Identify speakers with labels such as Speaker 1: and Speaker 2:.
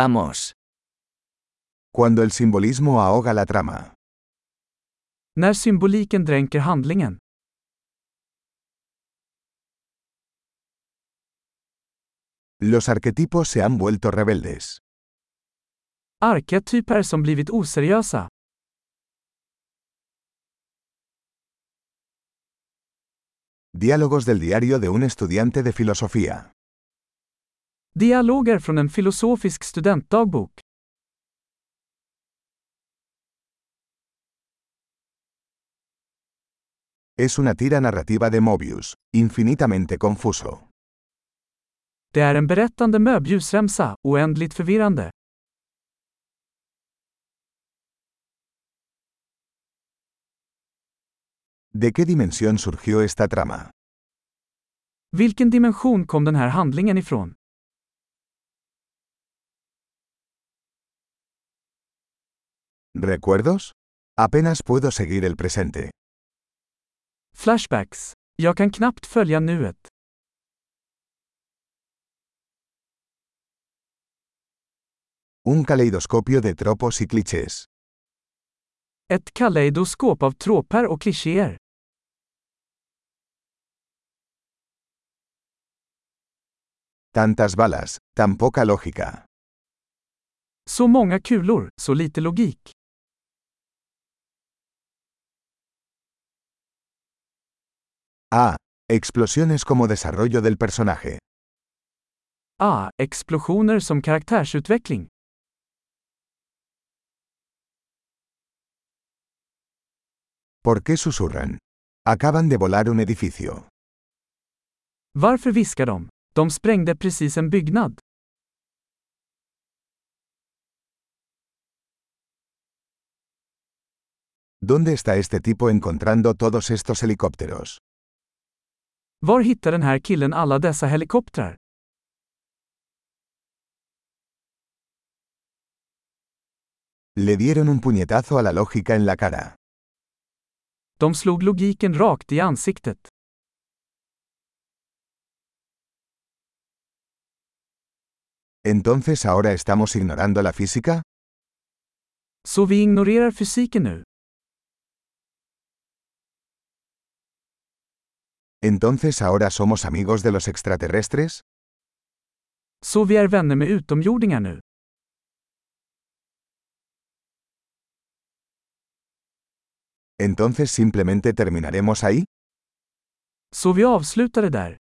Speaker 1: Vamos.
Speaker 2: Cuando el simbolismo ahoga la trama.
Speaker 3: När symboliken dränker handlingen.
Speaker 2: Los arquetipos se han vuelto rebeldes.
Speaker 3: Arketyper som blivit oseriösa.
Speaker 2: Diálogos del diario de un estudiante de filosofía.
Speaker 3: Dialoger från en filosofisk studentdagbok.
Speaker 2: Es una tira narrativa de Mobius, infinitamente confuso.
Speaker 3: Det är en berättande möbljusremsa, oändligt förvirrande.
Speaker 2: ¿De qué dimensión surgió esta trama?
Speaker 3: Vilken dimension kom den här handlingen ifrån?
Speaker 2: ¿Recuerdos? Apenas puedo seguir el presente.
Speaker 3: Flashbacks. Jag kan knappt följa nuet.
Speaker 2: Un caleidoscopio de tropos y clichés.
Speaker 3: Ett kaleidoskop av tråper och klichéer.
Speaker 2: Tantas balas, tan poca lógica.
Speaker 3: Så många kulor, så lite logik.
Speaker 2: Ah, explosiones como desarrollo del personaje.
Speaker 3: Ah, explosioner som karaktärsutveckling.
Speaker 2: ¿Por qué susurran? Acaban de volar un edificio.
Speaker 3: Varför viskar de? De sprängde precis en byggnad.
Speaker 2: ¿Dónde está este tipo encontrando todos estos helicópteros?
Speaker 3: Var hittar den här killen alla dessa helikoptrar?
Speaker 2: Le dieron un puñetazo a la lógica en la cara.
Speaker 3: De slog logiken rakt i ansiktet.
Speaker 2: Entonces ahora estamos ignorando la física?
Speaker 3: Så vi ignorerar fysiken nu.
Speaker 2: Entonces ahora somos amigos de los extraterrestres?
Speaker 3: Så vi är vänner med utomjordingar nu.
Speaker 2: Entonces simplemente terminaremos ahí?
Speaker 3: Så vi avslutar det där.